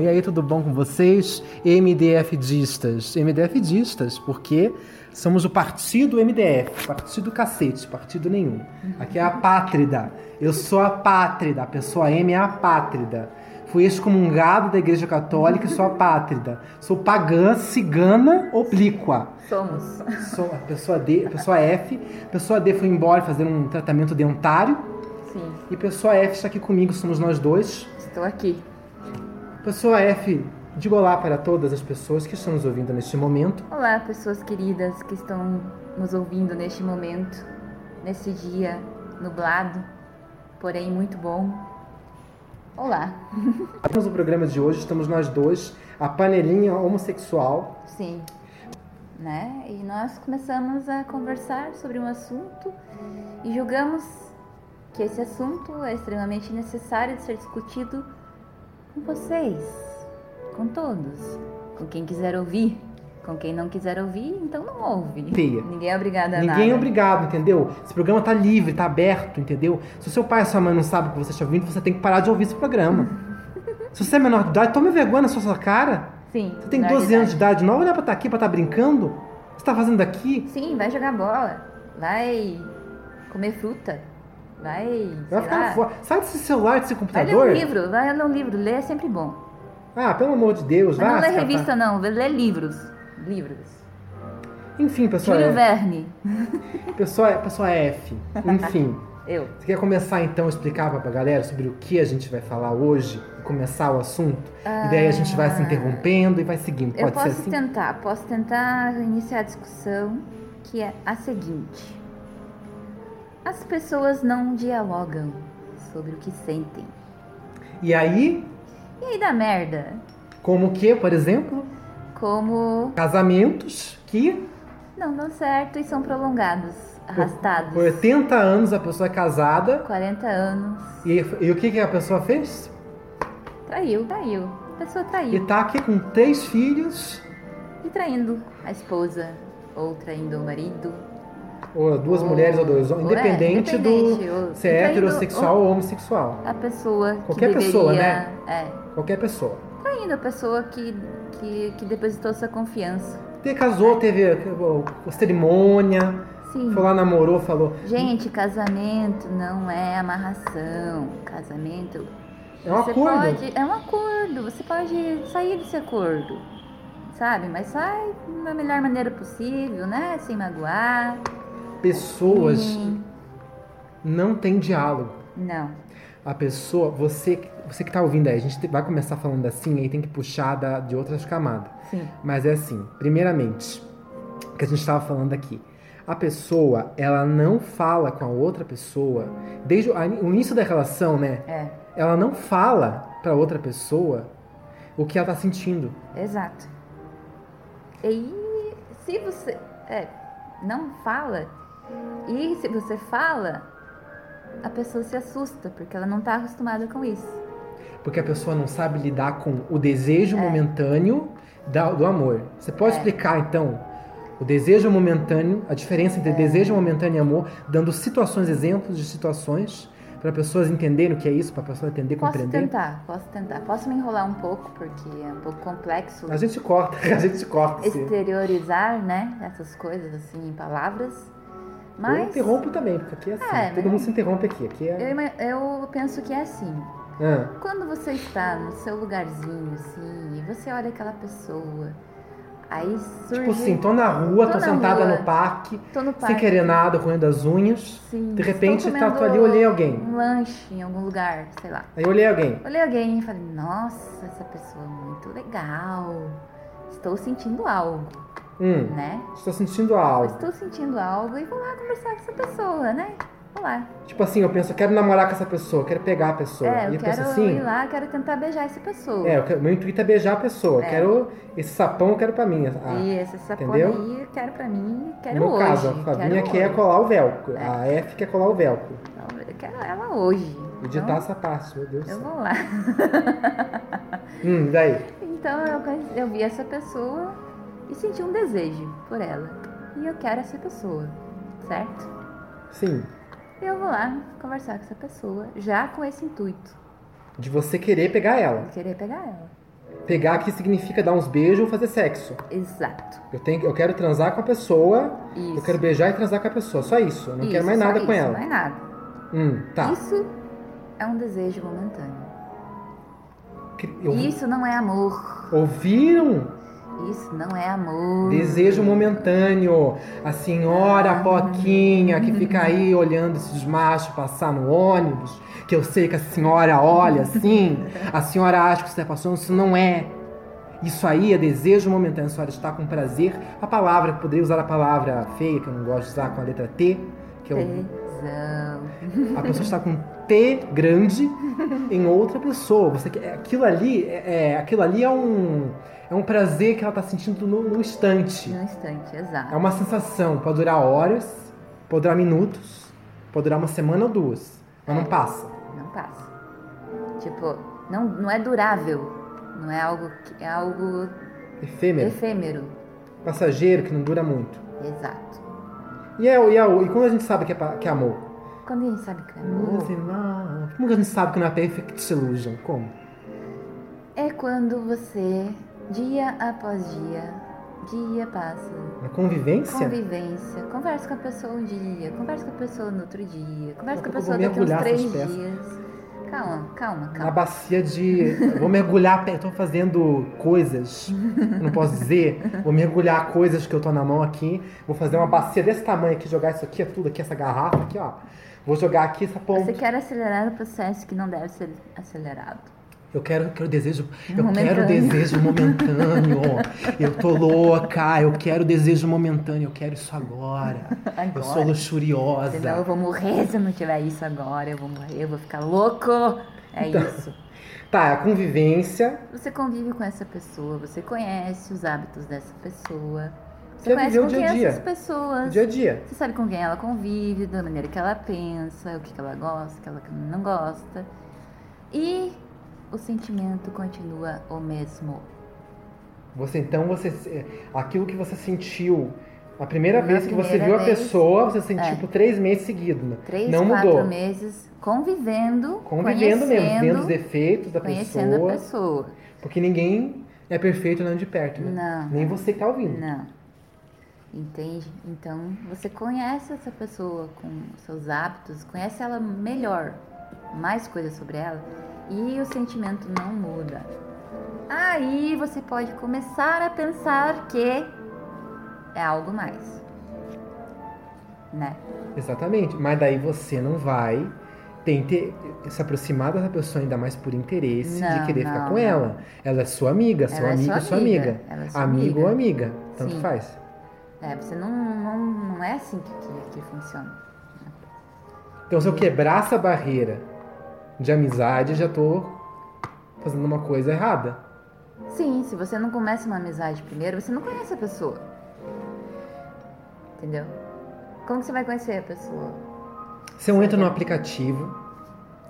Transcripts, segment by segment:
E aí, tudo bom com vocês, MDFdistas? MDFdistas, porque somos o partido MDF, partido cacete, partido nenhum. Aqui é a pátrida. Eu sou a pátrida, a pessoa M é a pátrida. Fui excomungado da Igreja Católica e sou a pátrida. Sou pagã, cigana, oblíqua. Somos. Sou a pessoa D, a pessoa F. A pessoa D foi embora fazer um tratamento dentário. Sim, E a pessoa F está aqui comigo, somos nós dois. estou aqui. Pessoa F, digo olá para todas as pessoas que estão nos ouvindo neste momento. Olá, pessoas queridas que estão nos ouvindo neste momento, nesse dia nublado, porém muito bom. Olá. Apenas o programa de hoje, estamos nós dois, a panelinha homossexual. Sim. Né? E nós começamos a conversar sobre um assunto e julgamos que esse assunto é extremamente necessário de ser discutido com vocês, com todos, com quem quiser ouvir. Com quem não quiser ouvir, então não ouve. Fia. Ninguém é obrigado a Ninguém é nada. obrigado, entendeu? Esse programa tá livre, tá aberto, entendeu? Se o seu pai e sua mãe não sabem o que você está ouvindo, você tem que parar de ouvir esse programa. Se você é menor de idade, tome vergonha na sua, sua cara. Sim. Você tem na 12 anos de verdade. idade, não olha pra estar aqui, pra estar brincando. O que você tá fazendo aqui? Sim, vai jogar bola. Vai comer fruta. Vai. Vai sei ficar lá, fora. Sai desse celular, desse Vai ler um computador. livro, vai ler um livro, ler é sempre bom. Ah, pelo amor de Deus, tá. vai. Mas não se lê catar. revista, não, vê- lê livros. Livros. Enfim, pessoal. Júlio é- Verne. Pessoa, pessoa é F, enfim. Eu. Você quer começar então a explicar pra galera sobre o que a gente vai falar hoje? Começar o assunto? E daí a gente vai se interrompendo e vai seguindo. Ah. Eu Pode ser posso assim? tentar, posso tentar iniciar a discussão, que é a seguinte. As pessoas não dialogam sobre o que sentem. então. E aí, E aí dá merda. como que, por exemplo, Como casamentos que não dão certo e são prolongados, arrastados. por 80 anos a pessoa é casada 40 anos. e, e o que, que a pessoa fez? Traiu, traiu. A pessoa E traiu. tá aqui com três filhos, E traindo a esposa, ou traindo o marido. ou duas ou- mulheres ou dois homens, ou é, independente, do independente, ou- se e é traindo heterossexual ou homossexual. ou A pessoa que Qualquer deveria, pessoa, né? É. Qualquer pessoa. Traindo a pessoa que, que, que depositou sua confiança. Te casou, teve a cerimônia, Sim. foi lá, namorou, falou. Gente, casamento não é amarração. Casamento. É um você acordo. Pode, é um acordo. Você pode sair desse acordo. Sabe? Mas sai da melhor maneira possível, né? Sem magoar. Pessoas Sim. não têm diálogo. Não. A pessoa, você, você que tá ouvindo aí, a gente vai começar falando assim, aí tem que puxar da- de outras camadas. Sim. Mas é assim, primeiramente, o que a gente estava falando aqui. A pessoa, ela não fala com a outra pessoa, desde o a- o início da relação, né? É. Ela não fala pra outra pessoa o que ela tá sentindo. Exato. E se você é, não fala, e se você fala, a pessoa se assusta, porque ela não tá acostumada com isso. Porque a pessoa não sabe lidar com o desejo É. momentâneo da- do amor. Você pode explicar, então, o desejo momentâneo, a diferença É. entre desejo momentâneo e amor, dando situações, exemplos de situações, para pessoas entenderem o que é isso, para a pessoa entender, Posso compreender. tentar, posso tentar. Posso me enrolar um pouco, porque é um pouco complexo A gente corta, a gente corta. esse- exteriorizar, né? Essas coisas assim em palavras. Eu Mas eu, interrompo também, porque aqui é assim, É, todo né? mundo se interrompe aqui. aqui é... ima- eu penso que é assim. Ah, Quando você está no seu lugarzinho, assim, e você olha aquela pessoa, aí surge. tipo assim, tô na rua, tô, Tô na sentada rua, no parque, Tô no sem parque. querer nada, roendo as unhas. Sim, De repente, estou tá, tô ali, comendo olhei alguém. Um lanche em algum lugar, sei lá. Aí olhei alguém. Olhei alguém e falei, nossa, essa pessoa é muito legal. Estou sentindo algo, Hum, né? estou sentindo Eu algo. Estou sentindo algo e vou lá conversar com essa pessoa, né? Vou lá. Tipo assim, eu penso, eu quero namorar com essa pessoa, eu quero pegar a pessoa. é, eu, e eu penso quero assim, ir lá, quero tentar beijar essa pessoa. é, eu quero- meu intuito é beijar a pessoa. Eu É. quero esse sapão, eu quero pra mim. A, e essa sapona ah, entendeu? aí, eu quero pra mim, quero no hoje. caso, a é Fabinha quero quer hoje. É. colar o velcro. A F quer colar o velcro. Então, Eu quero ela hoje. Editar Então, essa parte, meu Deus. do eu céu. vou lá. Hum, daí. Então eu, conhe- eu vi essa pessoa e senti um desejo por ela. E eu quero essa pessoa, certo? Sim. E eu vou lá conversar com essa pessoa, já com esse intuito, De você querer pegar ela. de querer pegar ela. Pegar aqui significa dar uns beijos ou fazer sexo. Exato. Eu, tenho, eu quero transar com a pessoa, Isso. eu quero beijar e transar com a pessoa. Só isso. Eu não quero Isso, mais só nada com isso, né? ela. Mais nada. Hum, tá. Isso é um desejo momentâneo. Eu- um Isso não é amor. Ouviram? Isso não é amor. Desejo momentâneo. A senhora Poquinha que fica aí olhando esses machos passar no ônibus, que eu sei que a senhora olha assim, a senhora acha que você está passando, isso não é. Isso aí é desejo momentâneo, a senhora está com prazer. A palavra, poderia usar a palavra feia, que eu não gosto de usar, com a letra T, que eu É. Tesão. A pessoa está com um T grande em outra pessoa. Você quer- aquilo ali é, é- aquilo ali é um é um prazer que ela está sentindo no, no instante. Num instante, exato. É uma sensação, pode durar horas, pode durar minutos, pode durar uma semana ou duas, mas não passa. Não passa. Tipo, não, não é durável. Não é algo que é algo Efêmero, efêmero. passageiro que não dura muito. Exato. E é o- e, é o- e quando a gente sabe que é, pa- que é amor? Quando a gente sabe que é Não amor, sei lá. Como que a gente sabe que não é perfect illusion? Como? é quando você, dia após dia, dia passa, Na convivência? convivência, conversa com a pessoa um dia, conversa com a pessoa no outro dia, conversa com a Daqui a pouco eu pessoa vou daqui uns mergulhar três essas peças. Tá dias. Calma, calma, na calma. bacia de. Vou mergulhar. pe- Eu tô fazendo coisas. eu Não posso dizer. Vou mergulhar coisas que eu tô na mão aqui. Vou fazer uma bacia desse tamanho aqui, jogar isso aqui, tudo aqui, essa garrafa aqui, ó. Vou jogar aqui essa Você ponta. quer acelerar o processo que não deve ser acelerado. Eu quero, eu quero desejo. Eu Momentâneo. quero desejo momentâneo. eu tô louca. Eu quero desejo momentâneo. Eu quero isso agora. Eu sou Agora. Senão eu luxuriosa. vou morrer se eu não tiver isso agora. Eu vou morrer, eu vou ficar louco. É Então, isso. Tá, a convivência. Você convive com essa pessoa, você conhece os hábitos dessa pessoa. Você Quer viver conhece o com dia a quem dia. essas pessoas. Dia a dia. Você sabe com quem ela convive, da maneira que ela pensa, o que que ela gosta, o que ela não gosta. E o sentimento continua o mesmo. Você então você aquilo que você sentiu a primeira Na vez que você primeira viu a vez, pessoa, você sentiu é. por três meses seguidos. né? Três, não quatro mudou. meses convivendo, Convivendo mesmo, vendo os conhecendo, defeitos da conhecendo pessoa, a pessoa. porque ninguém é perfeito nem de perto, né? Não. Nem você que tá ouvindo. Não. Entende? Então você conhece essa pessoa com seus hábitos, conhece ela melhor, mais coisas sobre ela e o sentimento não muda. Aí você pode começar a pensar que é algo mais. Né? Exatamente. Mas daí você não vai ter inte- se aproximar dessa pessoa ainda mais por interesse de Não, querer ficar não, com não. ela. Ela é sua amiga, seu Ela é amigo, sua sua amiga. amiga. Ela é sua Amigo amiga. ou amiga, tanto Sim. faz. É, você não, não, não é assim que, que, que funciona. Então, se eu quebrar essa barreira de amizade, já tô fazendo uma coisa errada. Sim, se você não começa uma amizade primeiro, você não conhece a pessoa. Entendeu? Como que você vai conhecer a pessoa? Se eu entro no aplicativo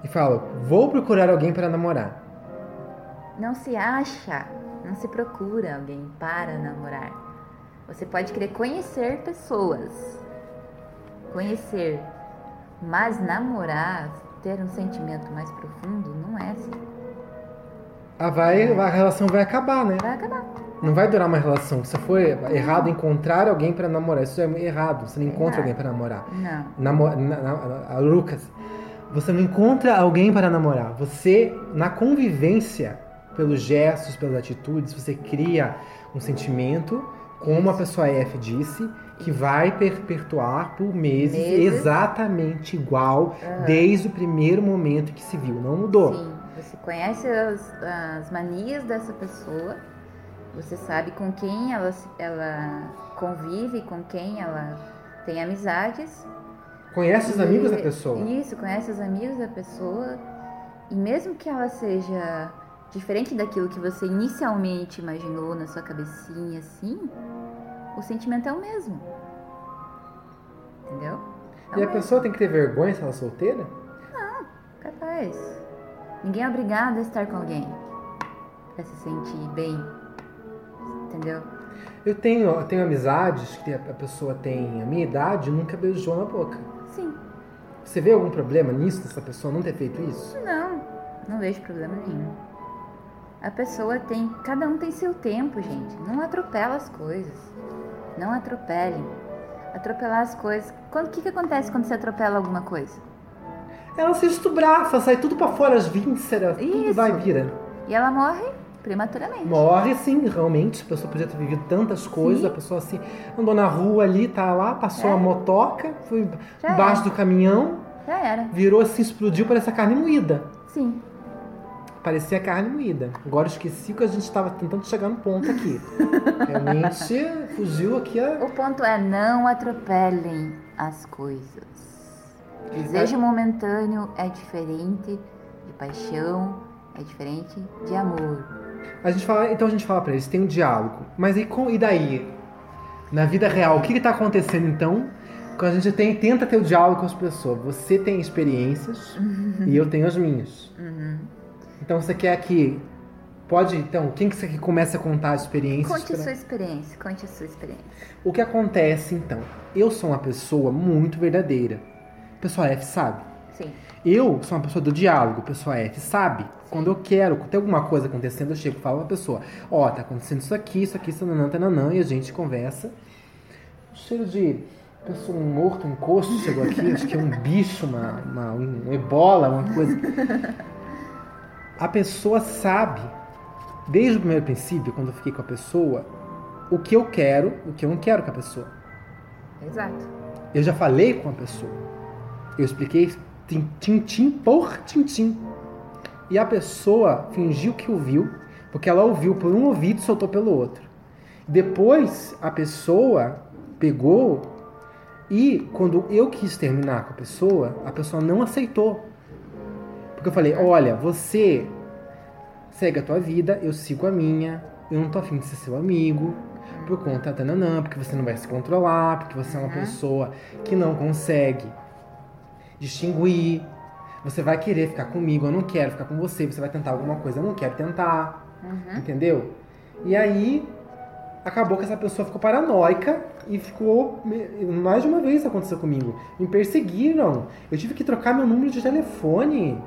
e falo, vou procurar alguém para namorar. Não se acha, não se procura alguém para namorar. Você pode querer conhecer pessoas. Conhecer. Mas namorar, ter um sentimento mais profundo, não é assim. Ah, vai, É. a relação vai acabar, né? Vai acabar. Não vai durar uma relação. Se for errado encontrar alguém para namorar, isso é errado. Você não encontra Errado. alguém para namorar. Não. Namo- na- na- a Lucas, você não encontra alguém para namorar. Você, na convivência, pelos gestos, pelas atitudes, você cria um sentimento, como a pessoa F disse, que vai perpetuar por meses, Meses. exatamente igual, desde o primeiro momento que se viu. Não mudou. Sim, você conhece as, as manias dessa pessoa, você sabe com quem ela, se- ela convive, com quem ela tem amizades. Conhece os E- amigos da pessoa. Isso, conhece os amigos da pessoa. E mesmo que ela seja diferente daquilo que você inicialmente imaginou na sua cabecinha, assim, o sentimento é o mesmo. Entendeu? E É o a mesmo. pessoa tem que ter vergonha se ela é solteira? Capaz. Ninguém é obrigado a estar com alguém pra se sentir bem. Entendeu? Eu tenho, eu tenho amizades que a pessoa tem a minha idade e nunca beijou na boca. Sim. Você vê algum problema nisso, dessa pessoa não ter feito isso? Não. Não vejo problema nenhum. A pessoa tem. Cada um tem seu tempo, gente. Não atropela as coisas. Não atropele. Atropelar as coisas. O que, que acontece quando você atropela alguma coisa? Ela se estubraça, sai tudo pra fora, as vísceras, tudo Isso. vai e vira. E ela morre prematuramente. Morre, sim, realmente. A pessoa podia ter vivido tantas coisas. Sim. A pessoa assim, andou na rua ali, tá lá, passou É. a motoca, foi Já embaixo era. do caminhão, Já era. virou assim, explodiu, parecia carne moída. Sim. Parecia carne moída. Agora eu esqueci que a gente estava tentando chegar no ponto aqui. Realmente fugiu aqui a. O ponto é não atropelem as coisas. Desejo momentâneo é diferente de paixão, é diferente de amor. a gente fala, então a gente fala pra eles, tem um diálogo. Mas e, com, e daí? Na vida real, o que, que tá acontecendo então? Quando a gente tem, tenta ter o diálogo com as pessoas. Você tem experiências e eu tenho as minhas. Uhum. Então você quer que. Pode, então, quem que você que começa a contar as experiências? Conte a pra- sua experiência, conte a sua experiência. O que acontece então? Eu sou uma pessoa muito verdadeira. Pessoa F sabe. Sim. Eu sou uma pessoa do diálogo, pessoa F, sabe? Quando eu quero, quando tem alguma coisa acontecendo, eu chego e falo pra pessoa, ó, tá acontecendo isso aqui, isso aqui, isso nanã, tananã, e a gente conversa. Cheiro de pessoa um morto, um coxo chegou aqui, acho que é um bicho, uma, uma- um, um ebola, uma coisa. A pessoa sabe, desde o primeiro princípio, quando eu fiquei com a pessoa, o que eu quero, o que eu não quero com a pessoa. Exato. Eu já falei com a pessoa. Eu expliquei tim- tintim por tintim. E a pessoa fingiu que ouviu, porque ela ouviu por um ouvido e soltou pelo outro. Depois a pessoa pegou e quando eu quis terminar com a pessoa, a pessoa não aceitou. Porque eu falei, olha, você segue a tua vida, eu sigo a minha, eu não tô afim de ser seu amigo, por conta da nanã, porque você não vai se controlar, porque você é uma Uhum. pessoa que não consegue distinguir, você vai querer ficar comigo, eu não quero ficar com você, você vai tentar alguma coisa, eu não quero tentar, Uhum. entendeu? E aí acabou que essa pessoa ficou paranoica e ficou me- mais de uma vez isso aconteceu comigo. Me perseguiram. Eu tive que trocar meu número de telefone.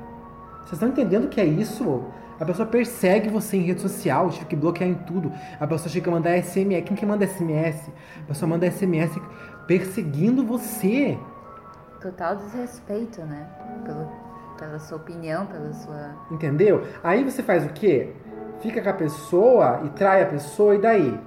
Vocês estão entendendo o que é isso? A pessoa persegue você em rede social, eu tive que bloquear em tudo. A pessoa chega a mandar SMS. Quem que manda SMS? A pessoa manda SMS perseguindo você. Total desrespeito, né? Pelo, pela sua opinião, pela sua. Entendeu? Aí você faz o quê? Fica com a pessoa e trai a pessoa, e daí?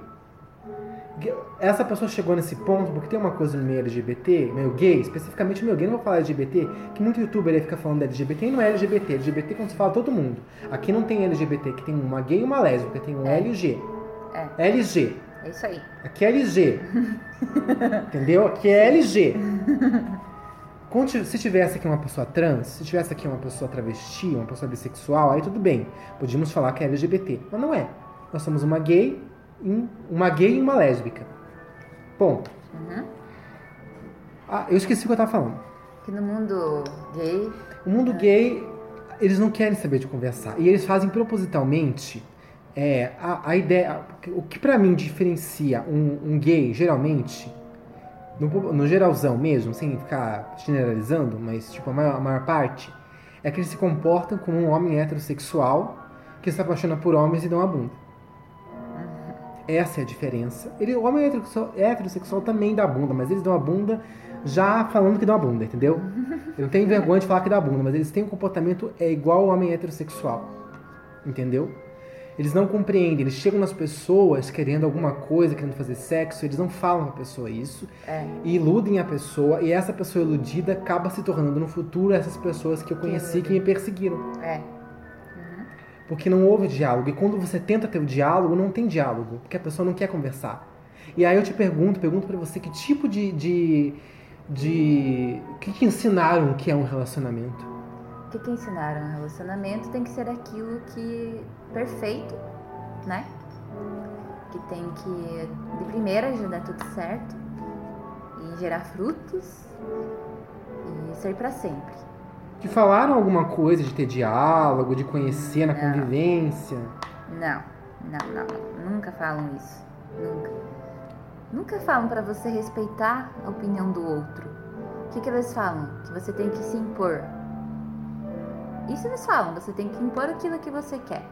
Essa pessoa chegou nesse ponto porque tem uma coisa no meio LGBT, meio gay, especificamente meio gay, não vou falar LGBT, que muito youtuber aí fica falando de LGBT e não é LGBT. LGBT é quando se fala todo mundo. Aqui não tem LGBT, que tem uma gay e uma lésbica, tem um É. LG. É, LG. é isso aí. Aqui é LG. Entendeu? Aqui é LG. Quando ti- Se tivesse aqui uma pessoa trans, se tivesse aqui uma pessoa travesti, uma pessoa bissexual, aí tudo bem. Podíamos falar que é LGBT. Mas não é. Nós somos uma gay, e um- uma gay e uma lésbica. Ponto. Uhum. Ah, eu esqueci o que eu tava falando. Que no mundo gay. O mundo gay, eles não querem saber de conversar. E eles fazem propositalmente é, a, a ideia. O que pra mim diferencia um, um gay, geralmente, no, po- no geralzão mesmo, sem ficar generalizando, mas tipo, a maior, a maior parte, é que eles se comportam como um homem heterossexual que se apaixona por homens e dão a bunda. Essa é a diferença. Ele, o homem heterossexual, heterossexual também dá a bunda, mas eles dão a bunda já falando que dão a bunda, entendeu? Eu não tenho vergonha de falar que dá bunda, mas eles têm um comportamento é igual ao homem heterossexual. Entendeu? Eles não compreendem, eles chegam nas pessoas querendo alguma coisa, querendo fazer sexo, eles não falam pra pessoa isso, É. e iludem a pessoa, e essa pessoa iludida acaba se tornando no futuro essas pessoas que eu conheci que me perseguiram. É. Porque não houve diálogo, e quando você tenta ter o diálogo, não tem diálogo, porque a pessoa não quer conversar. E aí eu te pergunto, pergunto pra você que tipo de. de. de. o que te ensinaram que é um relacionamento? O que, que ensinaram? O relacionamento tem que ser aquilo que. perfeito, né? Que tem que, de primeira, já dar tudo certo e gerar frutos e ser pra sempre. Te falaram alguma coisa de ter diálogo, de conhecer na Não. convivência? Não, não, não, não. Nunca falam isso. Nunca. Nunca falam pra você respeitar a opinião do outro. O que, que eles falam? Que você tem que se impor. Isso eles falam, você tem que impor aquilo que você quer.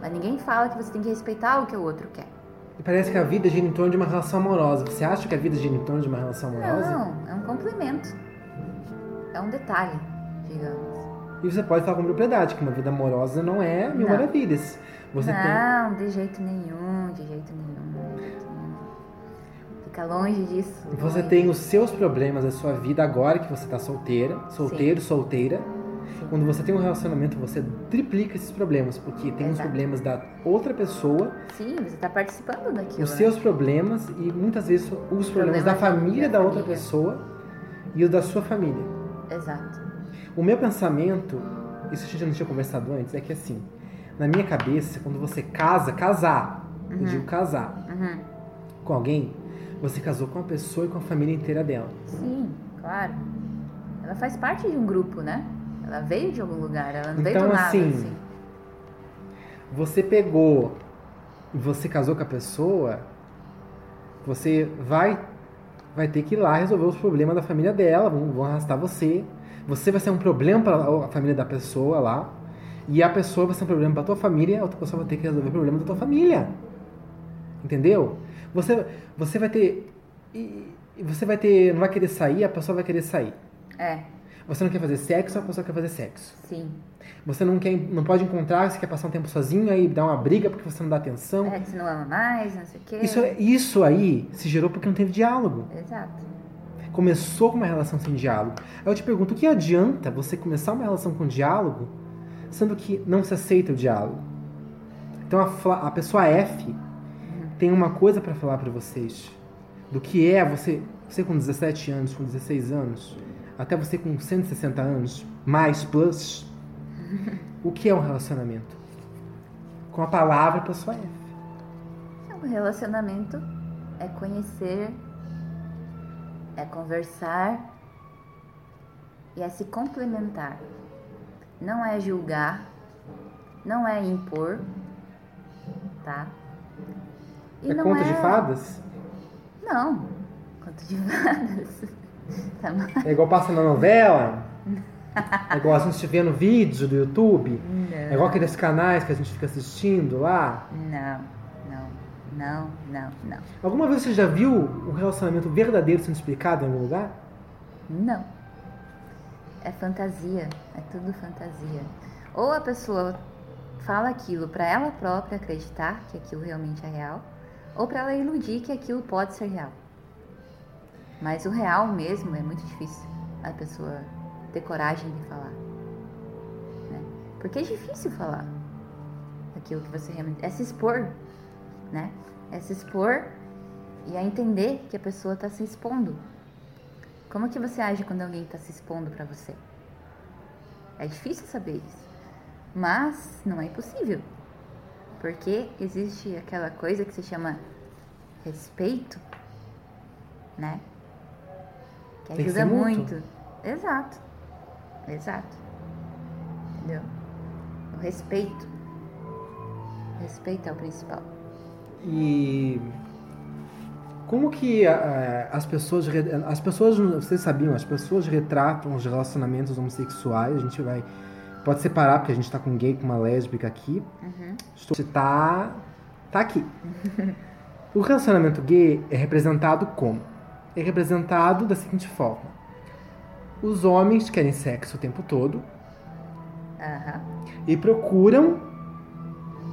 Mas ninguém fala que você tem que respeitar o que o outro quer. E parece que a vida gira em torno de uma relação amorosa. Você acha que a vida gira em torno de uma relação amorosa? Não, é um complemento. É um detalhe, digamos. E você pode falar com propriedade que uma vida amorosa não é mil Não. maravilhas. Você não, de jeito nenhum, de jeito nenhum, de jeito nenhum. Fica longe disso. tem, você longe. tem os seus problemas, a sua vida agora que você tá solteira, solteiro, solteira. Sim. Quando você tem um relacionamento, você triplica esses problemas, porque tem os Exato. problemas da outra pessoa, Sim, você tá participando daquilo. os né? seus problemas e muitas vezes os problemas Problemas da família da da outra família. pessoa e os da sua família. Exato. O meu pensamento, isso a gente não tinha conversado antes, é que assim, na minha cabeça, quando você casa, casar, eu Uhum. digo casar Uhum. com alguém, você casou com a pessoa e com a família inteira dela. Sim, claro. Ela faz parte de um grupo, né? Ela veio de algum lugar, ela não veio Então, do nada, assim, assim. Você pegou, você casou com a pessoa, você vai vai ter que ir lá resolver os problemas da família dela, vão, vão arrastar você. Você vai ser um problema para a família da pessoa lá. E a pessoa vai ser um problema para tua família, a outra pessoa vai ter que resolver o problema da tua família. Entendeu? Você você vai ter e e você vai ter, não vai querer sair, a pessoa vai querer sair. É, Você não quer fazer sexo, a pessoa quer fazer sexo. sim. Você não quer, não pode encontrar, você quer passar um tempo sozinho, aí dá uma briga porque você não dá atenção. É, que você não ama mais, não sei o quê. então Isso, é, isso aí se gerou porque não teve diálogo. Exato. Começou com uma relação sem diálogo. Aí eu te pergunto, o que adianta você começar uma relação com diálogo, sendo que não se aceita o diálogo? Então a, fla- a pessoa F tem uma coisa pra falar pra vocês. Do que é você, você com 17 anos, com 16 anos, até você com 160 anos, mais plus, o que é um relacionamento? Com a palavra pessoa F. É um relacionamento é conhecer, é conversar e é se complementar. Não é julgar, não é impor, tá? é conto de fadas? Não, conto de fadas. Tá mal. É igual passa na novela. É igual a gente vê no vídeo do YouTube. É igual aqueles canais que a gente fica assistindo lá. Não, não, não, não, não. Alguma vez você já viu um relacionamento verdadeiro sendo explicado em algum lugar? Não. É fantasia, é tudo fantasia. Ou a pessoa fala aquilo pra ela própria acreditar que aquilo realmente é real, ou pra ela iludir que aquilo pode ser real. Mas o real mesmo é muito difícil a pessoa ter coragem de falar. né? Porque é difícil falar aquilo que você realmente. É se expor, né? É se expor e é entender que a pessoa tá se expondo. Como que você age quando alguém está se expondo para você? É difícil saber isso, mas não é impossível, porque existe aquela coisa que se chama respeito, né? Que Tem que ajuda ser mútuo. muito. Exato, exato. Entendeu? O respeito, respeito é o principal. E como que eh, as pessoas re- as pessoas vocês sabiam as pessoas retratam os relacionamentos homossexuais a gente vai pode separar porque a gente tá com um gay com uma lésbica aqui Uhum. Estou... Você tá. tá aqui. o relacionamento gay é representado como? É representado da seguinte forma: os homens querem sexo o tempo todo Aham. e procuram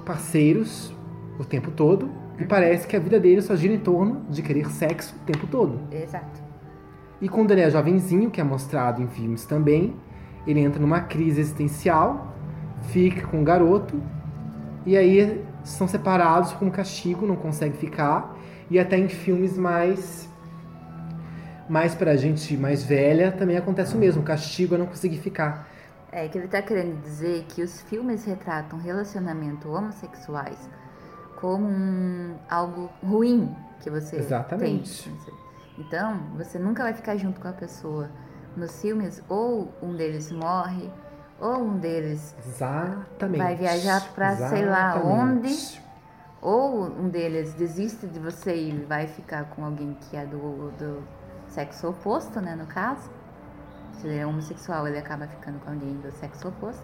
parceiros o tempo todo. E parece que a vida deles só gira em torno de querer sexo o tempo todo. Exato. E quando ele é jovenzinho, que é mostrado em filmes também, ele entra numa crise existencial, fica com o garoto, e aí são separados como castigo, não consegue ficar, e até em filmes mais mais pra gente mais velha também acontece o mesmo, o castigo é não conseguir ficar. É que ele tá querendo dizer que os filmes retratam relacionamento homossexuais como um, algo ruim que você Exatamente. tem. Então, você nunca vai ficar junto com a pessoa. Nos filmes, ou um deles morre, ou um deles, Exatamente. Vai viajar pra sei lá Exatamente. onde. ou um deles desiste de você e vai ficar com alguém que é do, do sexo oposto, né, no caso. Se ele é homossexual, ele acaba ficando com alguém do sexo oposto.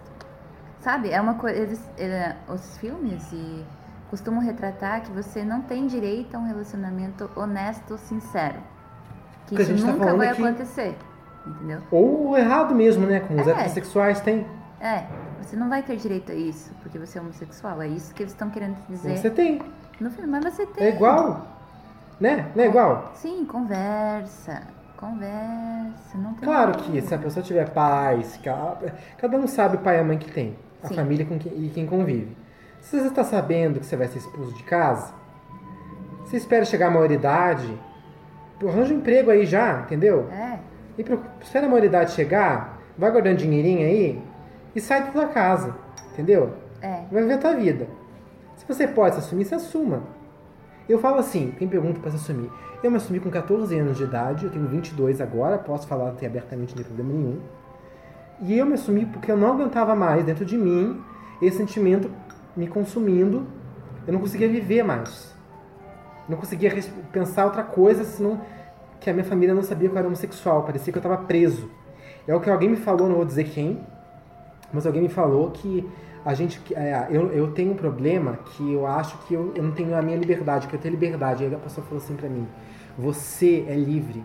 Sabe, é uma coisa. Eles, é, os filmes e costumam retratar que você não tem direito a um relacionamento honesto, sincero. Que Porque a isso gente tá nunca falando vai aqui- acontecer. Entendeu? Ou errado mesmo, né? Com os É. heterossexuais tem. É, você não vai ter direito a isso porque você é homossexual. É isso que eles estão querendo te dizer. Você tem. No filme, mas você tem. É igual. Né? Não é igual? Sim, conversa. Conversa. Não tem Claro problema. que é se a pessoa tiver paz, que ela- cada um sabe o pai e a mãe que tem, a Sim. família com quem, e quem convive. Se você está sabendo que você vai ser expulso de casa, você espera chegar à maioridade, arranja um emprego aí já, entendeu? É, E pro- espera a maioridade chegar, vai guardando dinheirinho aí e sai da tua casa, entendeu? é. Vai viver a tua vida. Se você pode se assumir, se assuma. Eu falo assim, quem pergunta pra se assumir? Eu me assumi com 14 anos de idade, eu tenho 22 agora, posso falar até abertamente, não tem problema nenhum. E eu me assumi porque eu não aguentava mais dentro de mim esse sentimento me consumindo. Eu não conseguia viver mais. Não conseguia res- pensar outra coisa senão que a minha família não sabia que eu era homossexual. Parecia que eu estava preso. É o que alguém me falou, não vou dizer quem, mas alguém me falou que a gente. que- é, eu, eu tenho um problema que eu acho que eu, eu não tenho a minha liberdade, que eu tenho liberdade. Aí a pessoa falou assim pra mim: Você é livre.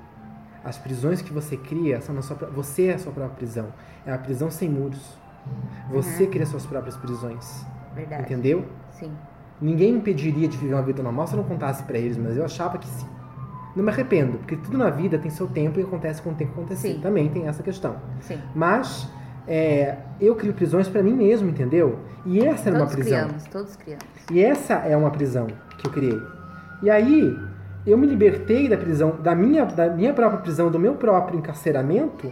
As prisões que você cria são na sua. pró- Você é a sua própria prisão. É uma prisão sem muros. Você cria suas próprias prisões. Verdade. Entendeu? Sim. Ninguém me impediria de viver uma vida normal se eu não contasse pra eles, mas eu achava que sim. Não me arrependo, porque tudo na vida tem seu tempo e acontece quando tem que acontecer. Sim. Também tem essa questão. Sim. Mas é, eu crio prisões pra mim mesmo, entendeu? E essa era uma Todos prisão. criamos, todos criamos. E essa é uma prisão que eu criei. E aí eu me libertei da prisão, da minha, da minha própria prisão, do meu próprio encarceramento,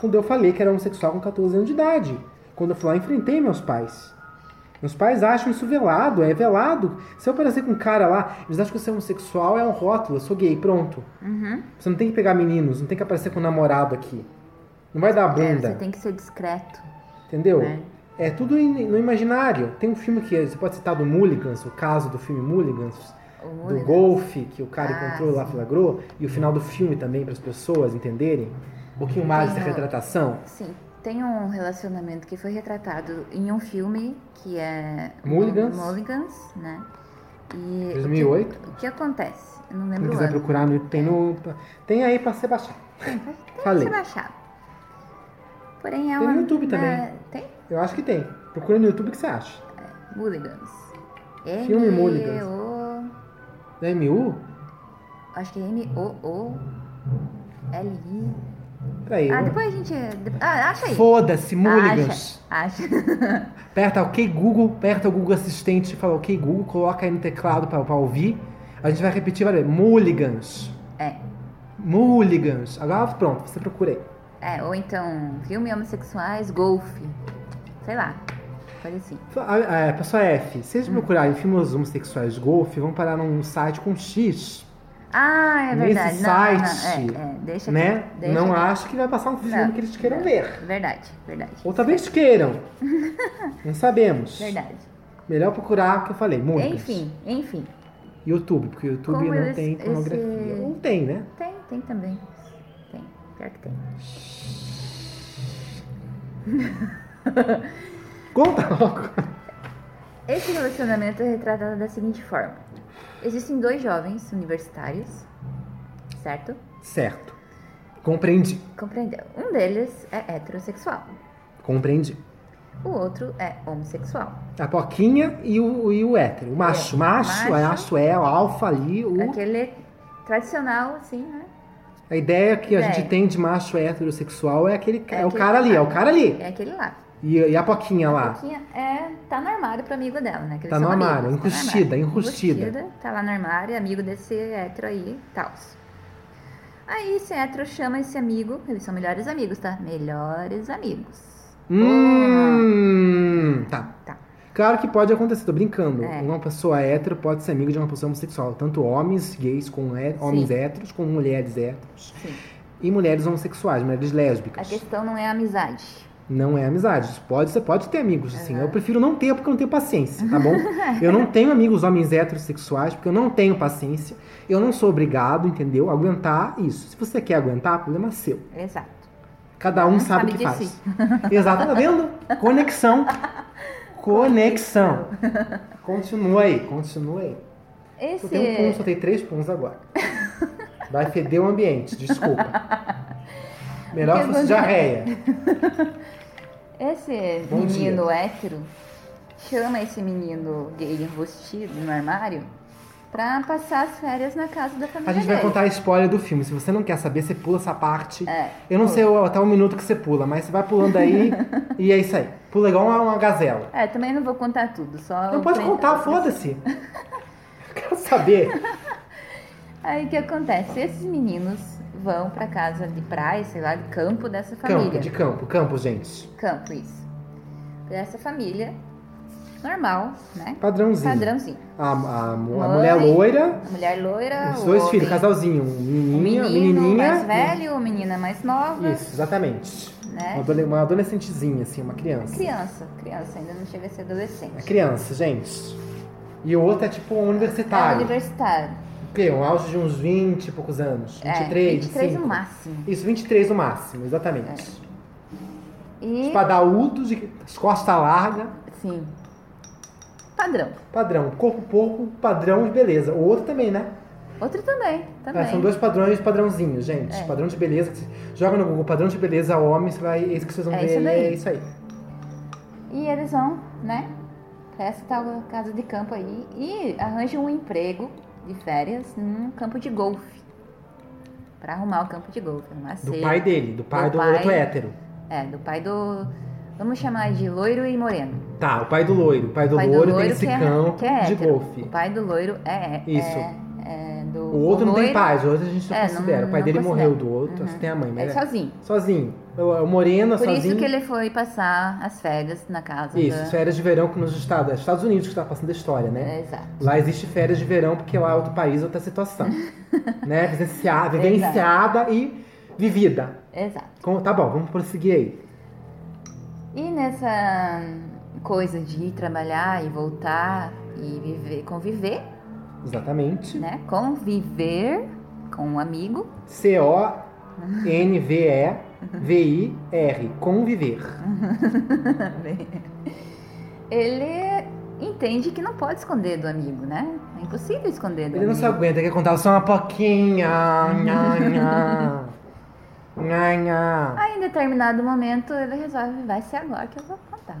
quando eu falei que era homossexual com 14 anos de idade. Quando eu fui lá, enfrentei meus pais. Meus pais acham isso velado, é velado. Se eu aparecer com um cara lá, eles acham que eu sou homossexual, é um rótulo, eu sou gay, pronto. Uhum. Você não tem que pegar meninos, não tem que aparecer com um namorado aqui. Não vai dar É, bunda, você tem que ser discreto, entendeu? né? É tudo in- no imaginário. Tem um filme que você pode citar do Mulligans, o caso do filme Mulligans, O do Mulligan. golfe que o cara Ah, encontrou lá sim. flagrou, e o final do filme também para as pessoas entenderem um pouquinho mais Tem dessa o- retratação. Sim. Tem um relacionamento que foi retratado em um filme que é Mulligans. Mulligans, né? E o que- 2008. O que, acontece? Eu não Quem lembro o quiser ano. procurar no tem no tem aí para ser baixado. Deve Falei. ser baixado. Porém, é Tem uma, no YouTube é, também. Tem? Eu acho que tem. Procura no YouTube o que você acha. Mulligans. Filme M-O- Mulligans. Da MU? Acho que é M-O-O-L-I. Peraí. Ah, eu- depois a gente. de- Ah, acha aí. Foda-se, Ah, Mulligans. Acha. acha. Aperta OK Google, aperta o Google Assistente, fala OK Google, coloca aí no teclado para ouvir. A gente vai repetir várias vezes. Mulligans. É. Mulligans. Agora pronto, você procura aí. É, ou então, filme homossexuais, golfe. Sei lá. Coisa assim. A, a pessoa é F, se vocês Hum. procurarem filmes homossexuais golfe, vão parar num site com X, Ah, é Nesse verdade. não, não, site, não, É, é, deixa aqui, né? deixa Não aqui. acho que vai passar um filme Não. que eles queiram ver. Verdade, verdade. Ou talvez queiram. Não sabemos. Verdade. Melhor procurar o que eu falei, Mulligans. Enfim, enfim. YouTube, porque o YouTube Como não eles- tem esse- pornografia. Não tem, né? Tem, tem também. Tem, pior que tem. Conta logo. Esse relacionamento é retratado da seguinte forma: existem dois jovens universitários, certo? Certo. Compreendi. Compreendeu? Um deles é heterossexual, Compreendi. o outro é homossexual. A Poquinha e o, e o hétero. O macho. É, Macho, macho. É é, macho é, o alfa ali. O... Aquele tradicional, assim, né? A ideia que a Ideia. gente tem de macho heterossexual é aquele ca- É é, o aquele cara ali, é o cara. cara ali. É aquele lá. E, e a Poquinha A Tá lá. Pouquinha é, tá no armário pro amigo dela, né? Que eles Tá no são armário, amigos, tá no enrustida, armário. enrustida. Tá lá no armário, amigo desse hétero aí, tal. Aí esse hétero chama esse amigo, eles são melhores amigos, tá? Melhores amigos. Hum. Tá. Tá. Claro que pode acontecer, tô brincando. É. Uma pessoa hétero pode ser amiga de uma pessoa homossexual. Tanto homens gays com hé- homens Sim. héteros, como mulheres héteros. Sim. E mulheres homossexuais, mulheres A lésbicas. questão não é a amizade. Não é amizade. Isso Pode, você pode ter amigos, assim. Eu prefiro não ter porque eu não tenho paciência, tá bom? eu não tenho amigos homens heterossexuais porque eu não tenho paciência. Eu não sou obrigado, entendeu? A aguentar isso. Se você quer aguentar, problema é seu. Exato. Cada um sabe o que de faz. si. Exato, tá vendo? Conexão. Conexão. Continua aí, continua aí. Só Esse, tem um ponto, só tem três pontos agora. Vai feder o ambiente, desculpa. Melhor que Que fosse agonia. diarreia. esse Bom dia. menino hétero chama esse menino gay enrustido no armário pra passar as férias na casa da família A gente vai dele. contar a spoiler do filme. Se você não quer saber, você pula essa parte. É, Eu não pula. sei o- até o minuto que você pula, mas você vai pulando aí e é isso aí. Pula igual uma, uma gazela. É, também não vou contar tudo, só... Não o pode prin- contar, foda-se. Eu Quero saber. Aí o que acontece? Esses meninos vão pra casa de praia, sei lá, de campo dessa família. Campo, de campo, campo, gente. Campo, isso. Dessa família, normal, né? Padrãozinho. Padrãozinho. A, a, mu- a Mãe. mulher loira, A mulher loira, os o dois homem- filhos, casalzinho. Um o menininha, menino menininha. mais velho, a menina mais nova, Isso, exatamente. Uma, né? adole- uma adolescentezinha, assim, uma criança. Criança, criança, ainda não chega a ser É adolescente. criança, gente. E o outro é tipo um É universitário. universitário. O quê? Um auge de uns 20 e poucos anos. 23, é, 23 25. no máximo. Isso, 23 no máximo, exatamente. É. E, Espadaúdo, de de costa larga, sim, padrão. padrão. Corpo, porco, padrão e beleza. O outro também, né? Outro também, também. É, são dois padrões padrãozinhos, gente. É. Padrão de beleza. que você Joga no Google padrão de beleza homem, você vai. Esse que vocês vão É ver isso aí, daí. é isso aí. E eles vão, né, pra essa tal casa de campo aí e arranjam um emprego de férias num campo de golfe. Pra arrumar o campo de golfe, arrumar Do cedo. pai dele, do pai do, Do pai. outro hétero. É, do pai do. Vamos chamar de loiro e moreno. Tá, o pai do loiro. O pai do O pai do loiro tem loiro esse que é- cão que é de hétero. golfe. O pai do loiro é. é Isso. É, é do, O outro não tem loiro pai, o outro a gente não É, não- considera. o pai não dele considera. morreu, do outro Uhum. só tem a mãe, É mas é sozinho. sozinho. O o moreno, Por Tá sozinho. isso que ele tá foi passar as férias na casa Isso, da... férias de verão que nos Estados, é Estados Unidos que está passando a história, né? É, Exato. Lá existe férias de verão porque lá é outro país, outra situação. né? Vivenciada, vivenciada e vivida. Exato. Com- tá bom, vamos prosseguir aí. E nessa hum, coisa de ir trabalhar e voltar e viver, conviver, Exatamente. né? Conviver com um amigo, C-O-N-V-E-V-I-R. Conviver. ele entende que não pode esconder do amigo, né? É impossível esconder do Ele não se amigo. aguenta, quer contar só uma pouquinha. Nha, nha. Nha, nha. Aí em determinado momento ele resolve, vai ser agora que eu vou contar.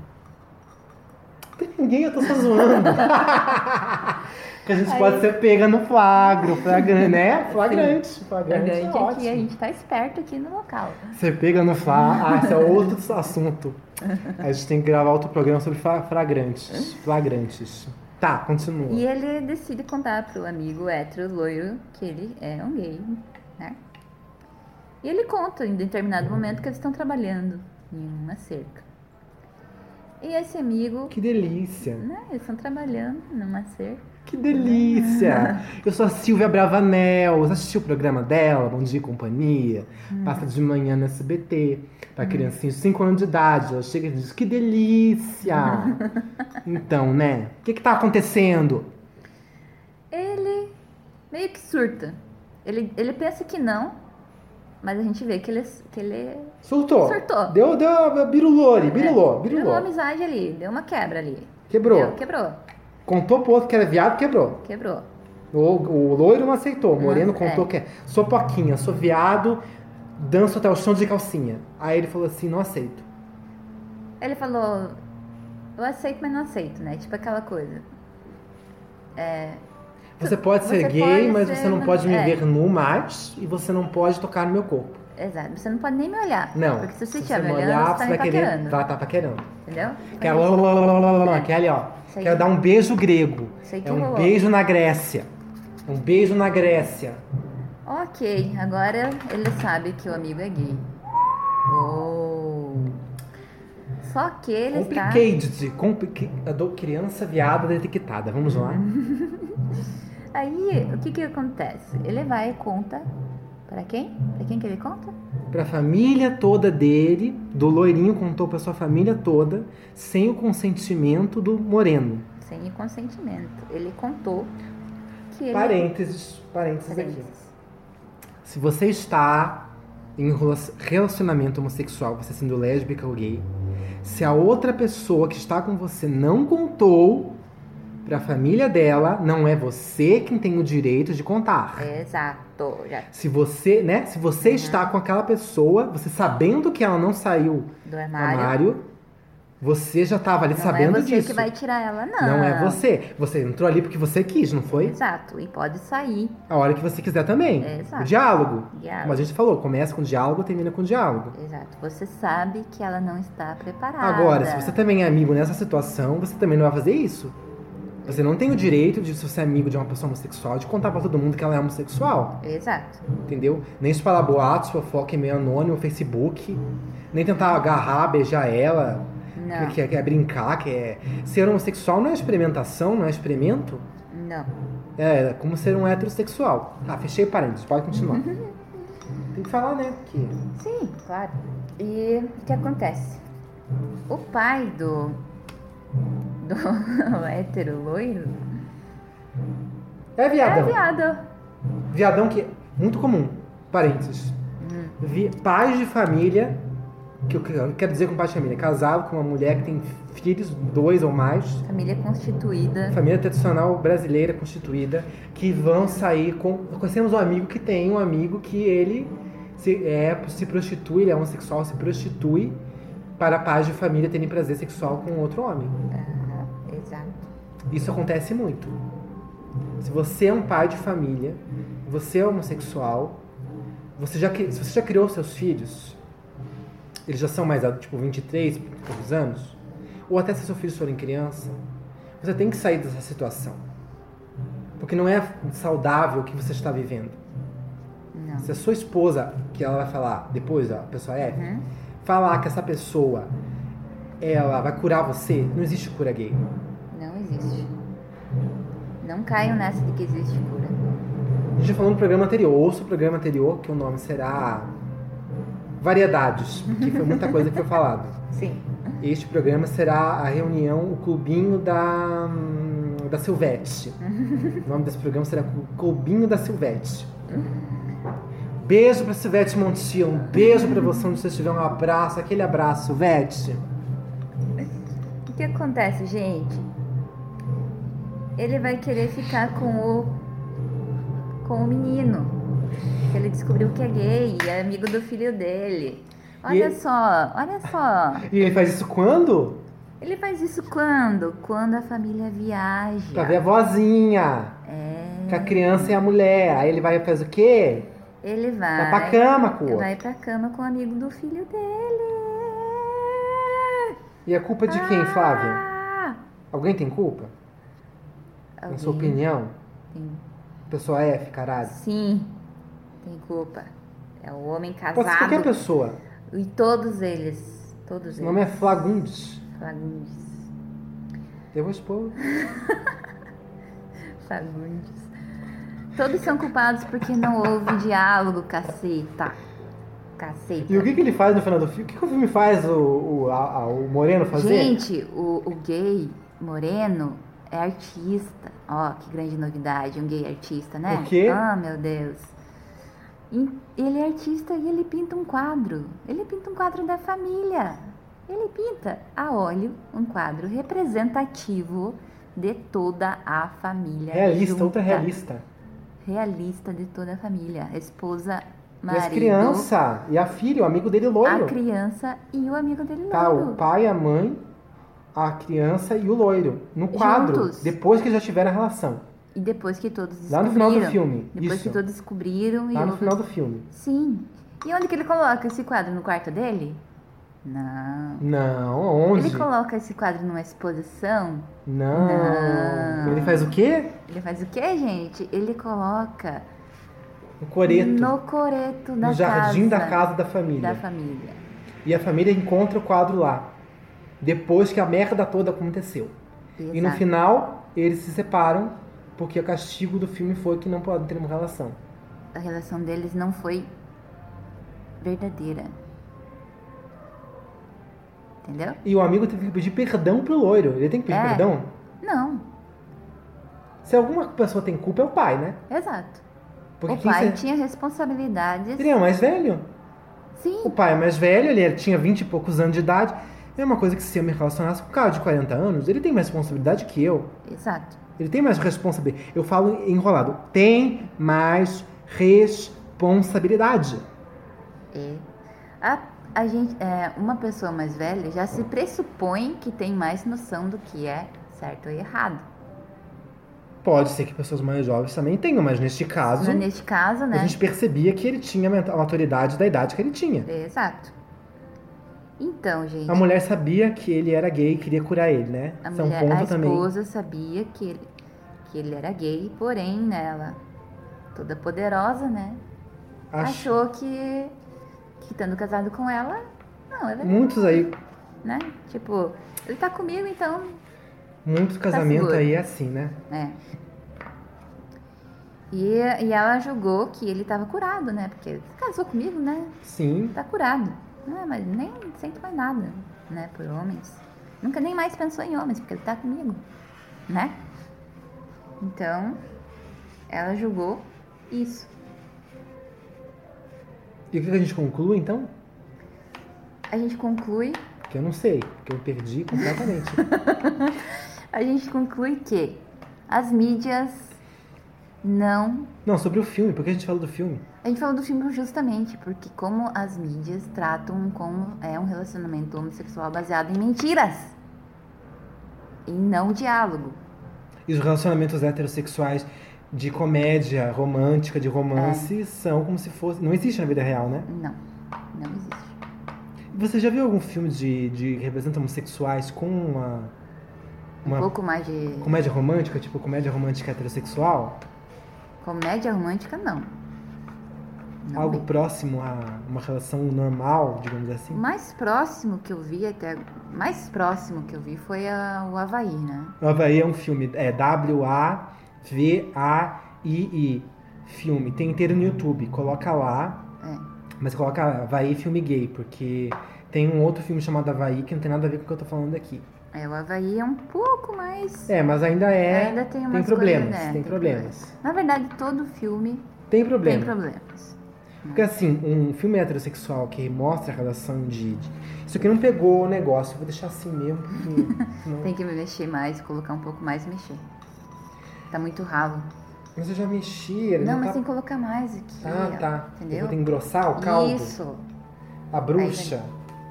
Tem ninguém, eu tô só zoando. que a gente Aí- pode ser pega no flagro, flagrante, né? Flagrante. Flagrante, é Grande aqui, a ótimo. gente tá esperto aqui no local. Você pega no flagro. Ah, esse é outro assunto. A gente tem que gravar outro programa sobre fra- flagrantes. Flagrantes. Tá, E continua. ele decide contar pro amigo hétero loiro que ele é um gay, né? E ele conta em determinado momento que eles estão trabalhando em uma cerca. E esse amigo, Que delícia. né, eles estão trabalhando numa cerca. Que delícia! Ah. Eu sou a Silvia Bravanel. Você assistiu o programa dela, Bom Dia e Companhia? Hum. Passa de manhã no SBT. Pra criancinha de 5 anos de idade. Ela chega e diz, que delícia! então, né? O que que tá acontecendo? Ele meio que surta. Ele, ele pensa que não, mas a gente vê que ele, é que ele Surtou. Surtou. É. Deu, deu a birulore, birulou, virou birulou. amizade ali, deu uma quebra ali. Deu- Quebrou. quebrou, Contou pro outro que era viado, quebrou. quebrou. O, o loiro não aceitou. O moreno Não, contou é. que é, sou poquinha, sou viado, danço até o chão de calcinha. Aí ele falou assim, não aceito. Ele falou, eu aceito, mas não aceito, né? Tipo aquela coisa. Você pode Você ser pode gay, mas ser, você não mas- pode me é. ver nu mais e você não pode tocar no meu corpo. Exato, você não pode nem me olhar. Não. Tá, Porque se você você estiver me me olhando, olhar, você tá você me vai querer. paquerando. Tá, tá paquerando. Entendeu? Quer lá, lá, lá, lá, lá, lá, lá, É. quer ali, ó. Isso aí. Quer dar um beijo grego. Isso aí que É um rolou. beijo na Grécia. Um beijo na Grécia. Ok, agora ele sabe que o amigo é gay. Oh. Só que ele está... Complicated. Complica... Adult- Criança viada detectada. Vamos lá. Aí, o que que acontece? Ele vai e conta... Pra quem? Pra quem que ele conta? Pra família toda dele, do loirinho contou pra sua família toda, sem o consentimento do moreno. Sem o consentimento. Ele contou que ele... Parênteses, parênteses aqui. Parênteses. Se você está em rela- relacionamento homossexual, você sendo lésbica ou gay, se a outra pessoa que está com você não contou pra família dela, não é você quem tem o direito de contar. Exato. Já Se você, né? Se Uhum. você está com aquela pessoa, você sabendo que ela não saiu do do armário. armário, você já estava ali Não sabendo é você disso. que vai tirar ela, não. Não é você. Você entrou ali porque você quis, não foi? Exato. E pode sair. A hora que você quiser também. É, exato. O diálogo. Diálogo. Como a gente falou, começa com diálogo, termina com diálogo. Exato. Você sabe que ela não está preparada. Agora, se você também é amigo nessa situação, você também não vai fazer isso. Você não tem o direito de, se você é amigo de uma pessoa homossexual, de contar pra todo mundo que ela é homossexual. Exato. Entendeu? Nem espalhar boatos, fofoca em meio anônimo, Facebook. Nem tentar agarrar, beijar ela, Não. que, que é brincar, que é. Ser homossexual não é experimentação, não é experimento. Não. É, como ser um heterossexual. Tá, fechei parênteses, pode continuar. Tem que falar, né? Que Sim, claro. E o que acontece? O pai do. do hétero loiro é é viadão. viado. Viadão que é muito comum. Parênteses. Vi... Pais de família, que eu que- eu quero dizer com pais de família, casado com uma mulher que tem filhos, dois ou mais, Família constituída. família tradicional brasileira constituída, que vão sair com... Conhecemos um amigo que tem um amigo que ele se, é, se prostitui, ele é homossexual, se prostitui para pais de família terem prazer sexual com outro homem. Aham, exato. Isso acontece muito. Se você é um pai de família, você é homossexual, você já, cri- se você já criou seus filhos, eles já são mais adultos, tipo 23, e poucos anos, ou até se seus filhos forem criança, você tem que sair dessa situação. Porque não é saudável o que você está vivendo. Não. Se a sua esposa, que ela vai falar depois, ó, a pessoa é, Uhum. falar que essa pessoa ela vai curar você, não existe cura gay. Não existe. Não caiam nessa de que existe cura. A gente já falou no programa anterior, ouça o programa anterior, que o nome será Variedades, porque foi muita coisa que foi falado. Sim. Este programa será a reunião, o clubinho da, hum, da Silvete. O nome desse programa será Clu- Clubinho da Silvete. Beijo pra Silvete Montiel, um beijo pra você onde você estiver, um abraço, aquele abraço, Silvete. O que, que acontece, gente? Ele vai querer ficar com o. com o menino. Que ele descobriu que é gay e é amigo do filho dele. Olha E- só, olha só. E ele faz isso quando? Ele faz isso quando? Quando a família viaja. Pra ver a vozinha, É. que a criança e a mulher. Aí ele vai e faz o quê? Ele vai. Vai Tá pra cama, cua. Vai pra cama com o amigo do filho dele. E a culpa é de quem, Flávia? Ah! Alguém tem culpa? Na sua Alguém opinião? tem- Pessoa é, F, caralho. Sim, tem culpa. É o homem Pode ser qualquer casado. pessoa. E todos eles. Todos O nome é eles. Flagundes. Fagundes. Eu vou expor. Fagundes. Todos são culpados porque não houve diálogo, caceta. Caceta. E o que, que ele faz no final do filme? O que, que o filme faz o, o, a- a- o Moreno fazer? Gente, o, o gay moreno é artista. Ó, que grande novidade, um gay artista, né? O quê? Ah, meu Deus. E ele é artista e ele pinta um quadro. Ele pinta um quadro da família. Ele pinta a óleo um quadro representativo de toda a família. É realista, é junta. ultra realista. Realista de toda a família. Esposa, E as marido, crianças, e a filha, o amigo dele a loiro. criança e o amigo dele Tá, loiro. o pai, a mãe, a criança e o loiro. No quadro. Juntos. Depois que já tiveram a relação. E depois que todos Lá descobriram. no final do filme. Depois Isso. que todos descobriram e Lá no houve- final do filme. Sim. E onde que ele coloca esse quadro? No quarto dele? Não. Não, onde? Ele coloca esse quadro numa exposição. Não. Não. Ele faz o quê? Ele faz o quê, gente? Ele coloca No Um coreto. no coreto da no jardim casa, da casa da da família. família. E a família encontra o quadro lá. Depois que a merda toda aconteceu. E no Exato. final, eles se separam, porque o castigo do filme foi que não podem ter uma relação. A relação deles não foi verdadeira. Entendeu? E o amigo teve que pedir perdão pro loiro. Ele tem que pedir É. perdão? Não. Se alguma pessoa tem culpa, é o pai, né? Exato. Porque é o quem É pai se- tinha responsabilidades. Ele é o mais velho. Sim. O pai é mais velho, ele tinha 20 e poucos anos de idade. É uma coisa que se eu me relacionasse com um cara de 40 anos, ele tem mais responsabilidade que eu. Exato. Ele tem mais responsabilidade. Eu falo enrolado. Tem mais responsabilidade. É. A, a gente, é, uma pessoa mais velha já se pressupõe que tem mais noção do que é certo ou errado. Pode ser que pessoas mais jovens também tenham, mas neste caso, Mas Neste caso, né? a gente percebia que ele tinha a menta- a maturidade da idade que ele tinha. É, Exato. Então, gente, A mulher sabia que ele era gay e queria curar ele, né? a, Isso é um mulher- ponto a também. esposa sabia que ele, que ele era gay, porém, né, ela, toda poderosa, né? Acho- Achou que, que estando casado com ela, não, é verdade, Muitos aí, né? Tipo, ele tá comigo, então muitos casamentos Tá seguro. aí é assim, né? É. E, e ela julgou que ele tava curado, né? Porque ele casou comigo, né? Sim. Tá curado. Ah, mas nem sinto mais nada, né? Por homens. Nunca nem mais pensou em homens, porque ele tá comigo, né? Então, ela julgou isso. E o que a gente conclui então? A gente conclui Que eu não sei, que eu perdi completamente. A gente conclui que as mídias não. não, sobre o filme, por que a gente falou do filme? A gente falou do filme justamente porque como as mídias tratam como é um relacionamento homossexual baseado em mentiras e não diálogo. E os relacionamentos heterossexuais de comédia romântica, de romance, são como se fosse. Não existe na vida real, né? Não, não existe. Você já viu algum filme de, de que representa homossexuais com uma, Um uma pouco mais de comédia romântica, tipo comédia romântica heterossexual? comédia romântica não. Não Algo vi. próximo a uma relação normal, digamos O assim? mais próximo que eu vi até mais próximo que eu vi foi a- o Havaí, né? O Havaí é um filme, é W-A-V-A-I-I. Filme. Tem inteiro no YouTube. Coloca lá. Mas coloca Havaí filme gay, porque tem um outro filme chamado Havaí que não tem nada a ver com o que eu tô falando aqui. É, o Havaí é um pouco mais É, mas ainda é. Ainda tem umas tem problemas. coisas, né? Tem problemas. Na verdade, todo filme Tem problema. tem problemas. Porque assim, um filme heterossexual que mostra a relação de. de- Isso aqui não pegou o negócio, eu vou deixar assim mesmo, porque. não- Tem que me mexer mais, colocar um pouco mais e mexer. Tá muito ralo. Mas eu já mexi, ele não, não, mas tá. tem que colocar mais aqui. Ah, ó, tá. Eu Entendeu? vou ter que engrossar o caldo. Isso. A bruxa.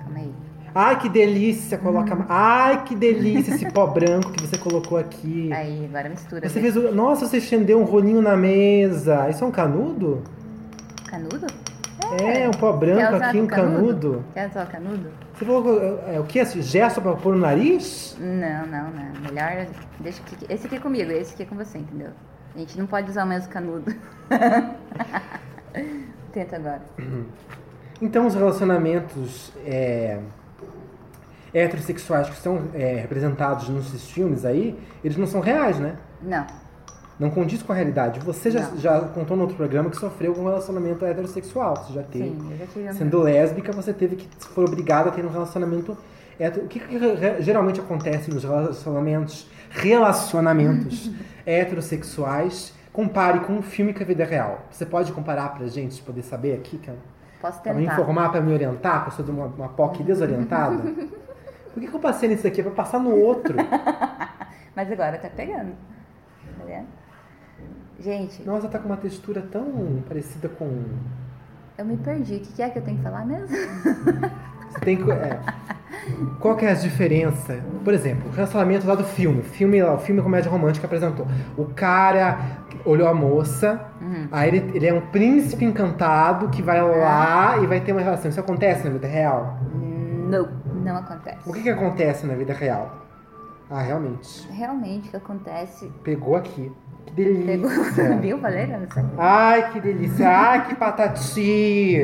Calma aí. Ai, que delícia, coloca. Hum. Ai, que delícia esse pó branco que você colocou aqui. Aí, agora mistura. Você né? fez o... Nossa, você estendeu um rolinho na mesa. Isso é um canudo? Canudo? É, um pó branco usar aqui, um com canudo? canudo. Quer usar o canudo? Você colocou é, o que? Gesso pra pôr no nariz? Não, não, não. Melhor. Deixa que. Esse aqui é comigo, esse aqui é com você, entendeu? A gente não pode usar o mesmo canudo. Tenta agora. Então, os relacionamentos é, heterossexuais que são é, representados nesses filmes aí, eles não são reais, né? Não. Não condiz com a realidade. Você já, Não. já contou no outro programa que sofreu algum relacionamento heterossexual. Você já teve. Sim, eu já tive um Sendo lésbica, você teve que foi obrigada a ter um relacionamento hétero. O que, que re- geralmente acontece nos relacionamentos, relacionamentos heterossexuais? Compare com um filme que é a vida real. Você pode comparar pra gente poder saber aqui, cara? Posso Pra me tentar. informar, pra me orientar, porque eu sou de uma, uma POC desorientada. Por que, que eu passei nisso aqui? É pra passar no outro. Mas agora tá pegando. Tá vendo? Gente, Nossa, tá com uma textura tão parecida com. eu me perdi. O que que é que eu tenho que falar mesmo? Você tem que. é. Qual que é a diferença? Por exemplo, o relacionamento lá do filme. O filme lá, o filme é comédia romântica apresentou. O cara olhou a moça, aí ele, ele é um príncipe encantado que vai lá e vai ter uma relação. Isso acontece na vida real? Não. Não acontece. O que, que acontece na vida real? Ah, realmente. Realmente o que acontece. Pegou aqui. Que Pegou. delícia. Viu, Valéria? Não sei. Ai, que delícia. Ai, que patati.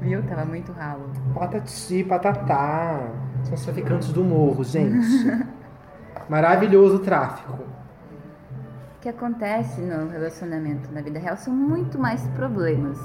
Viu? Tava muito ralo. Patati, patatá. São os traficantes do morro, gente. Maravilhoso o tráfico. O que acontece no relacionamento na vida real são muito mais problemas.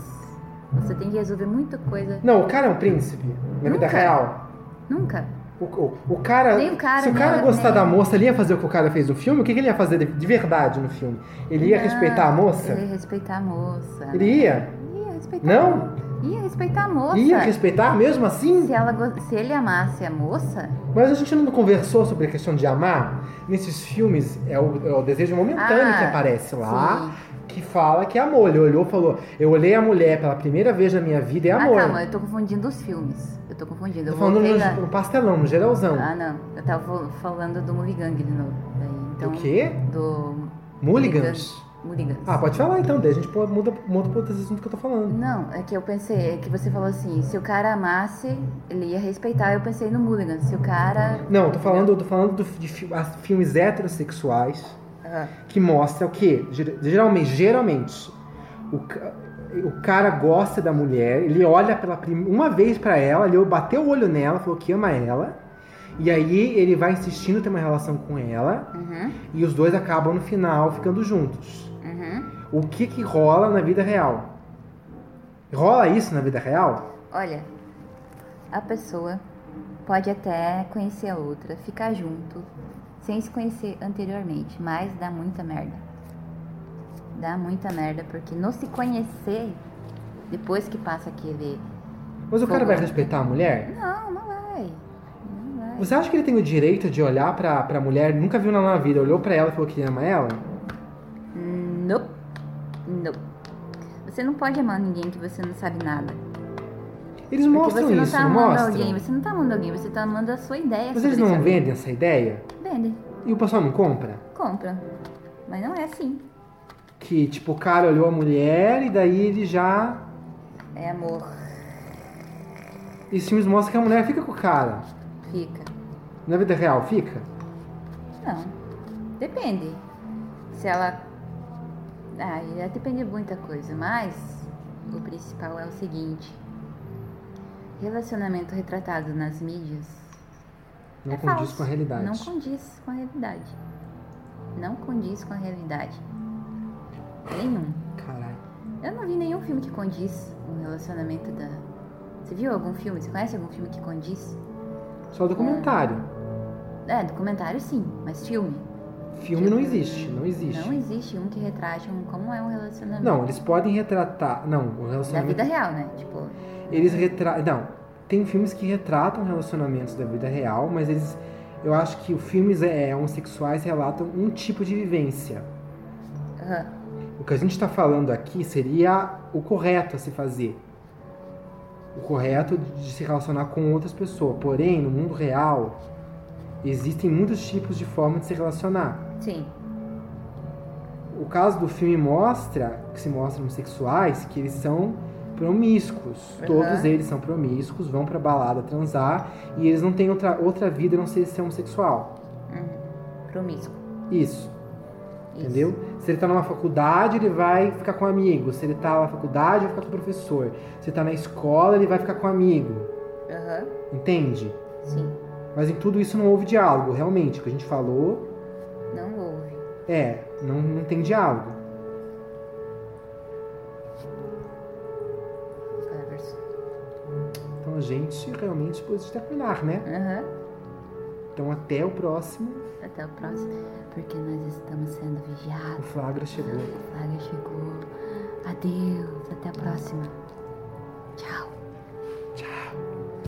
Você tem que resolver muita coisa. Não, o cara é um príncipe. Na vida Nunca. real. Nunca. O, o, o cara, Nem o cara, né? Se o nem cara a- gostar nem- da moça, ele ia fazer o que o cara fez no filme? O que, que ele ia fazer de, de verdade no filme? Ele ia Não, respeitar a moça? Ele ia respeitar a moça. Ele ia? Ele ia respeitar. Não? Ia respeitar a moça. Ia respeitar mesmo assim? Se, ela, go- se ele amasse a moça. Mas a gente não conversou sobre a questão de amar? Nesses filmes, é o, é o desejo momentâneo Ah, que aparece lá, sim. que fala que é amor. Ele olhou e falou: Eu olhei a mulher pela primeira vez na minha vida, é amor. Ah, calma, eu tô confundindo os filmes. Eu tô confundindo. Tô Eu falando voltei no, lá. no pastelão, no geralzão. Ah, não. Eu tava vo- falando do Mulligang de novo. Daí, então, o quê? Do Mulligans? Mulligans. Ah, pode falar então, daí a gente pô- muda, muda pro outro assunto que eu tô falando. Não, é que eu pensei, é que você falou assim, se o cara amasse, ele ia respeitar. Eu pensei no Mulligan. Se o cara. Não, tô falando, tô falando do- de fi- as- filmes heterossexuais. Ah, que mostra o quê? Ger- Geralmente, geralmente, o, ca- o cara gosta da mulher, ele olha pela prim- uma vez pra ela, ele bateu o olho nela, falou que ama ela, e aí ele vai insistindo em ter uma relação com ela, uhum, e os dois acabam no final ficando juntos. uhum. O que que rola na vida real? Rola isso na vida real? Olha, a pessoa pode até conhecer a outra, ficar junto, sem se conhecer anteriormente, mas dá muita merda. Dá muita merda, porque não se conhecer depois que passa aquele. Mas o cara vai Rola. respeitar a mulher? Não, não vai. Não vai. Você acha que ele tem o direito de olhar pra, pra mulher, nunca viu ela na vida, olhou pra ela e falou que ama ela? Não. Não. Você não pode amar ninguém que você não sabe nada. Eles Porque mostram você não isso, tá não amando mostram? alguém, você não tá amando alguém, você tá amando a sua ideia. Mas eles sobre não isso. vendem essa ideia? Vende, E o pessoal não compra? compra. Mas não é assim. Que, tipo, o cara olhou a mulher e daí ele já... É amor. E os filmes mostram que a mulher fica com o cara. Fica. Na vida real, fica? Não. Depende. Se ela. Ah, ia depender de muita coisa, mas o principal é o seguinte: relacionamento retratado nas mídias Não É condiz falso. com a realidade. Não condiz com a realidade. Não condiz com a realidade. Nenhum. Caralho. Eu não vi nenhum filme que condiz com o relacionamento da. Você viu algum filme? Você conhece algum filme que condiz? Só documentário. É, documentário sim, mas filme. Filme não existe, não existe. Não existe um que retrate um, como é um relacionamento. Não, eles podem retratar... Não, o Da relacionamento... vida real, né? Tipo, Eles retratam... Não, tem filmes que retratam relacionamentos da vida real, mas eles... Eu acho que os filmes é, homossexuais relatam um tipo de vivência. aham, O que a gente está falando aqui seria o correto a se fazer. O correto de se relacionar com outras pessoas. Porém, no mundo real, existem muitos tipos de forma de se relacionar. sim. O caso do filme mostra, que se mostra nos sexuais, que eles são promíscuos. Uhum. Todos eles são promíscuos, vão pra balada transar e eles não têm outra, outra vida a não ser ser homossexual. Uhum. Promíscuo. Isso. Isso. Entendeu? Se ele tá numa faculdade, ele vai ficar com amigos. Se ele tá na faculdade, ele vai ficar com o professor. Se ele tá na escola, ele vai ficar com um amigo. Aham, Entende? sim. Mas em tudo isso não houve diálogo, realmente. O que a gente falou Não houve. é, não, não tem diálogo. Cleverson. Então a gente realmente pôde terminar, né? Aham. Então até o próximo. Até o próximo, porque nós estamos sendo vigiados. O Flagra chegou. A Flaga chegou. Adeus, até a próxima.